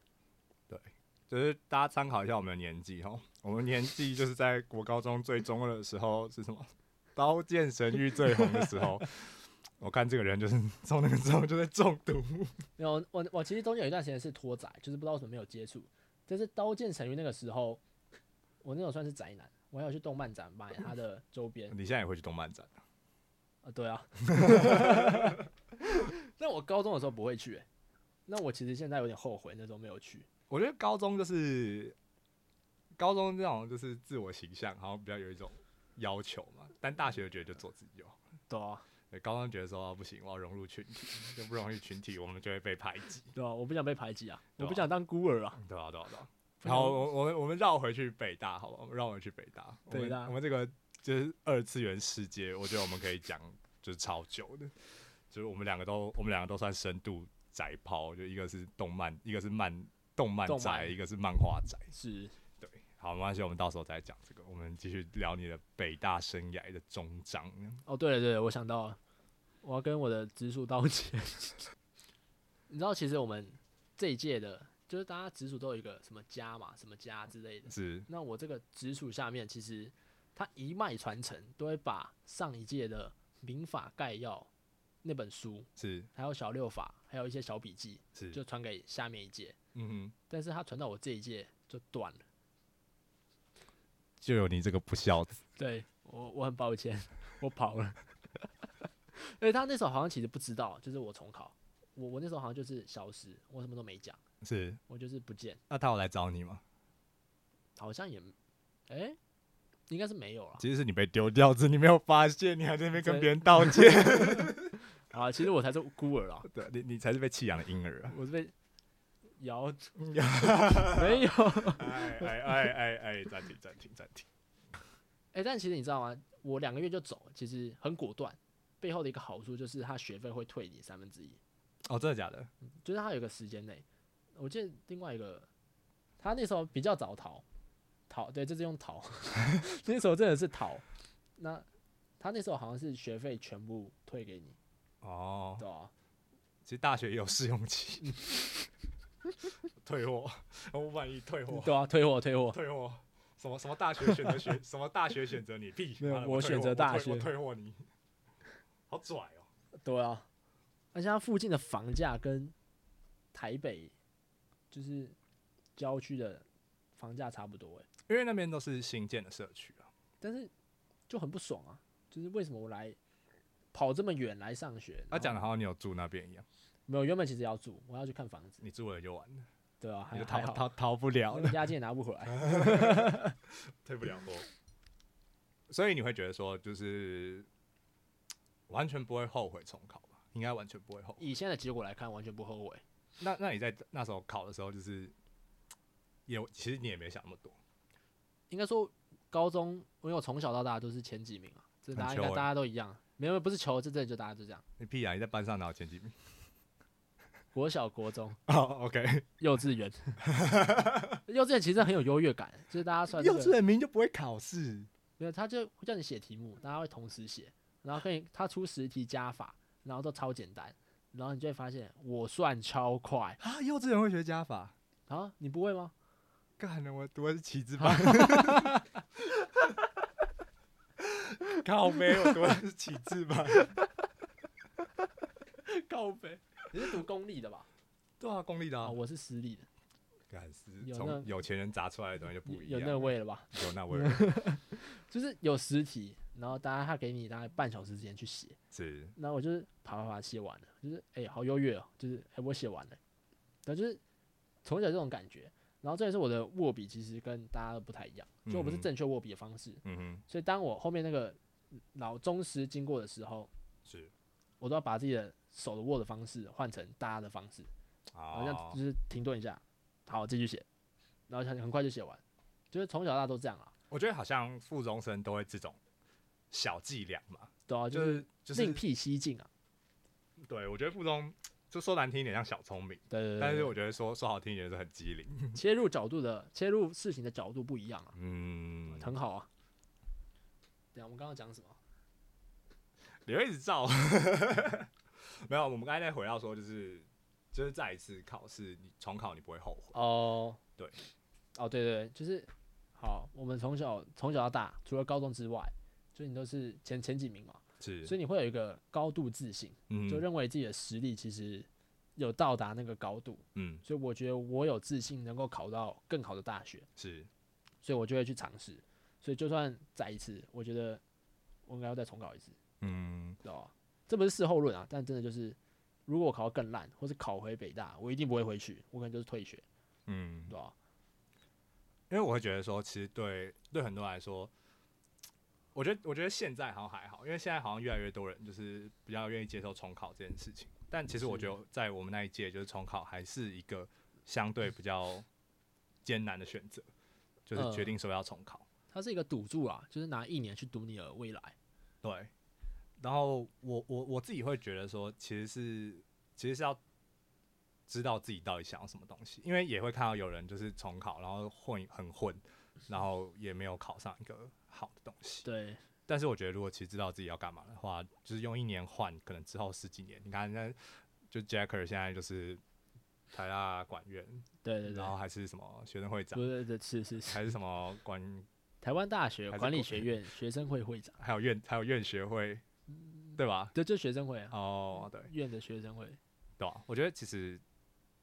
就是大家参考一下我们的年纪哈， [LAUGHS] 我们年纪就是在国高中最中二的时候是什么？《刀剑神域》最红的时 [LAUGHS] 候，我看这个人就是从那个时候就在中 [LAUGHS] 毒。
没有，我我其实中间有一段时间是拖宅，就是不知道为什么没有接触。但是《刀剑神域》那个时候，我那种算是宅男，我还有去动漫展买它的周边。
你现在也会去动漫展？
啊，对啊。 [LAUGHS] 那我高中的时候不会去、欸，那我其实现在有点后悔那时候没有去。
我觉得高中就是高中这种就是自我形象，好像比较有一种要求嘛。但大学我觉得就做自己就好。
对啊，
对，高中觉得说、啊、不行，我要融入群体，就不融入群体，我们就会被排挤，
对吧、我不想被排挤啊，
对
我不
啊
想当孤儿啊。
对啊，对啊，对啊。
不
然后
想
我我们我们绕回去北大，好吧，我们绕回去北大，我们
北大
我们这个就是二次元世界，我觉得我们可以讲就是超久的，就是我们两个都我们两个都算深度宅抛，就一个是动漫，一个是漫动漫
动
宅，
漫
一个是漫画宅，
是
对，好，没关系，我们到时候再讲这个，我们继续聊你的北大生涯的终章。
哦，对了对了，我想到了，我要跟我的直属道歉。 [LAUGHS] 你知道，其实我们这一届的，就是大家直属都有一个什么家嘛，什么家之类的。
是
那我这个直属下面，其实他一脉传承，都会把上一届的民法概要那本书，
是
还有小六法，还有一些小笔记，
是，
就传给下面一届。
嗯哼，
但是他传到我这一届就断了。
就有你这个不孝子，
对我，我很抱歉，我跑了。 [LAUGHS] 因为他那时候好像其实不知道，就是我重考，我我那时候好像就是消失，我什么都没讲，
是？
我就是不见，
那他有来找你吗？
好像也，哎、应该是没有了。
其实是你被丢掉，只是你没有发现，你还在那边跟
对
别人道歉。
啊，其实我才是孤儿啊，
对，你你才是被弃养的婴儿啊！
我是被摇，没有。
哎哎哎哎哎，暂停暂停暂停。
哎、但其实你知道吗？我两个月就走，其实很果断。背后的一个好处就是他学费会退你三分之一，
哦，真的假的？
就是他有一个时间内，我记得另外一个，他那时候比较早逃，逃对，就是用逃， [LAUGHS] 那时候真的是逃。那他那时候好像是学费全部退给你，
哦
对，啊吧、
其实大学也有试用期， [LAUGHS] 退货，我不满意退货，
对啊，退货退货，
退货。什么什么大学选择 [LAUGHS] 学什么大学选择你屁？
没有
妈的
我
退
选
货
择大
退我
学
退货你，好拽哦！
对啊。而且他附近的房价跟台北就是郊区的房价差不多哎、
因为那边都是新建的社区啊。
但是就很不爽啊，就是为什么我来跑这么远来上学？
他啊讲
了
的好像你有住那边一样，
没有？原本其实要住，我要去看房子，
你住了就完了，
对啊，还
你就
还
逃
好。
逃逃不了
我
了
们。
[LAUGHS]
押金也拿不回
啊
来。
退不了货。所以你会觉得说，就是完全不会后悔重考吧？应该完全不会后悔。
以现在的结果来看，完全不后悔。
那那你在那时候考的时候，就是也其实你也没想那么多，
应该说，高中因为我从小到大都是前几名啊，这大家
很
应该
球欸
大家都一样，没有不是球，这真的就大家就这样。
你屁啊！你在班上哪有前几名？
国小、国中、
哦，OK、o [LAUGHS]
幼稚园，幼稚园其实很有优越感，就是大家
k
算这个
园名就不会考试，
没有，他就会叫你写题目，大家会同时写，然后可以他出十题加法，然后都超简单，然后你就会发现我算超快
啊！幼稚园会学加法，
啊，你不会吗？
干了！我读的是旗帜班， [LAUGHS] 靠没有读的是旗帜 [LAUGHS] 班，
告白，你是读公立的吧？
对啊，公立的
啊，
啊，
我是私立的，
干是
有那
从有钱人砸出来的东西就不一
有
样，
有那味了嗯吧？
有那味儿
就是有十题，然后大家他给你大概半小时时间去写，
[LAUGHS] 是。
然后我就是爬爬爬写完了，就是哎、好优越哦，就是哎、我写完了，然后就是从小这种感觉，然后这也是我的握笔其实跟大家都不太一样，就我不是
嗯哼
正确握笔的方式，
嗯哼，
所以当我后面那个老宗师经过的时候，
是，
我都要把自己的手的握的方式换成大家的方式，好像
哦
就，是停顿一下，好继续写，然后很很快就写完，就是从小到大都这样啊，
我觉得好像附中生都会这种小伎俩嘛，
对啊，就
就是是就是
另辟蹊径啊，
对我觉得附中就说难听一点像小聪明，
对对对对
但
对
是我觉得说说好听一点是很机灵，
切入角度的切入事情的角度不一样啊，
嗯，
很好啊。对啊，我们刚刚讲什么？
你会一直照， [LAUGHS] 没有，我们刚才在回到说就是就是再一次考试，你重考你不会后悔，
哦，
对，
哦，对对对，就是好，我们从小从小到大，除了高中之外，所以你都是前前几名嘛，
是，
所以你会有一个高度自信，
嗯
就认为自己的实力其实有到达那个高度，
嗯
所以我觉得我有自信能够考到更好的大学，
是
所以我就会去尝试，所以就算再一次，我觉得我应该要再重考一次。
嗯
知道吧？哦这不是事后论啊，但真的就是，如果我考得更烂，或是考回北大，我一定不会回去，我可能就是退学，
嗯
对，吧？
因为我会觉得说，其实对对很多人来说，我觉得我觉得现在好像还好，因为现在好像越来越多人就是比较愿意接受重考这件事情。但其实我
是
觉得在我们那一届，就是重考还是一个相对比较艰难的选择，就是决
呃
定说要重考。
它是一个赌注啊，就是拿一年去赌你的未来。
对，然后我我我自己会觉得说，其实是其实是要知道自己到底想要什么东西，因为也会看到有人就是重考，然后混很混，然后也没有考上一个好的东西。
对，
但是我觉得，如果其实知道自己要干嘛的话，就是用一年换，可能之后十几年，你看那就 Jacker 现在就是台大管院，
对对对
然，后还是什么学生会长
不，是对是是是，
哦还是什么管，
台湾大学
还是
管理
国
学院学生会会长，
还有院，还有院学会，
嗯
对吧？
对，就学生会啊，
哦，对
院的学生会，
对吧、我觉得其实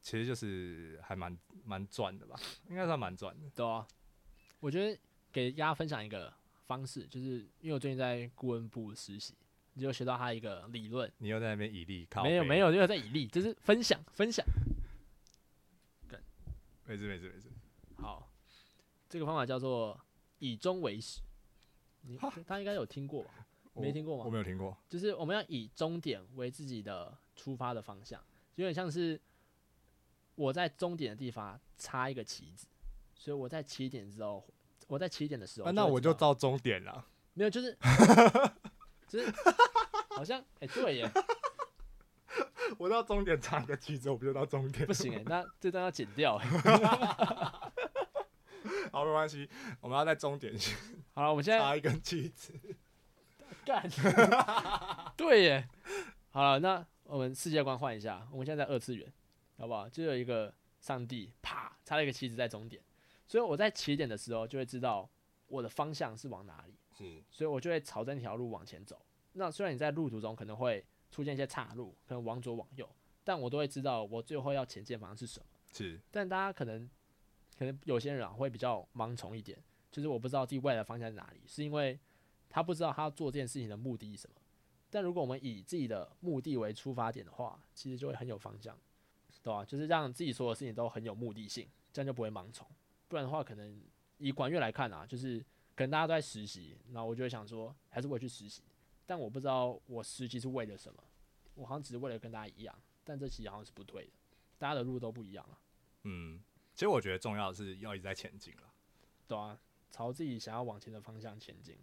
其实就是还蛮蛮赚的吧，应该算蛮赚的。
对啊。我觉得给大家分享一个方式，就是因为我最近在顾问部实习，你就学到他一个理论，
你又在那边以力靠，
没有没，有，就是在以例，就是分享分享。
没事没事没事，
好，这个方法叫做以终为始，你大家应该有听过吧？没
我
听过吗
我没有听过，
就是我们要以终点为自己的出发的方向，有点像是我在终点的地方插一个旗子，所以我在起点之后，哦我在起点的时候
啊
会知道、
那我就到终点了。 [LAUGHS]
没有，就是就是好像哎、对耶，
我到终点插一个旗子，我不就到终点了
不行哎，那这段要剪掉哎。
[LAUGHS] 好，没关系，我们要在终点先
好了，我们现在
插一根旗子。
干，对耶，好了，那我们世界观换一下，我们现在在二次元，好不好？就有一个上帝，啪插了一个旗子在终点，所以我在起点的时候就会知道我的方向是往哪里，
是，
所以我就会朝着那条路往前走。那虽然你在路途中可能会出现一些岔路，可能往左往右，但我都会知道我最后要前进的方向是什么。
是，
但大家可能可能有些人啊会比较盲从一点，就是我不知道自己未来的方向在哪里，是因为他不知道他做这件事情的目的是什么。但如果我们以自己的目的为出发点的话，其实就会很有方向，对吧、就是让自己所有事情都很有目的性，这样就不会盲从。不然的话，可能以管乐来看啊，就是可能大家都在实习，然后我就会想说，还是我去实习，但我不知道我实习是为了什么，我好像只是为了跟大家一样，但这其实好像是不对的，大家的路都不一样了。
嗯，其实我觉得重要的是要一直在前进了。
对啊，朝自己想要往前的方向前进。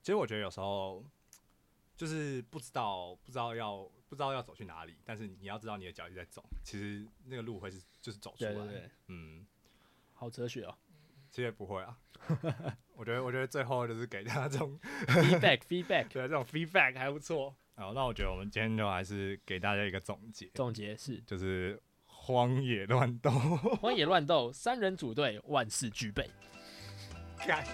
其实我觉得有时候就是不知道不知道要不知道要走去哪里，但是你要知道你的脚一直在走，其实那个路会是就是走出来。
对对对，
嗯，
好哲学哦。
其实也不会啊。 [LAUGHS] 我觉得我觉得最后就是给大家这种
feedback feedback
对这种 feedback 还不错。好，那我觉得我们今天就还是给大家一个总结，
[LAUGHS] 总结是：
就是荒野乱斗。
荒野乱斗，三人组队，万事俱
[LAUGHS]
备。
干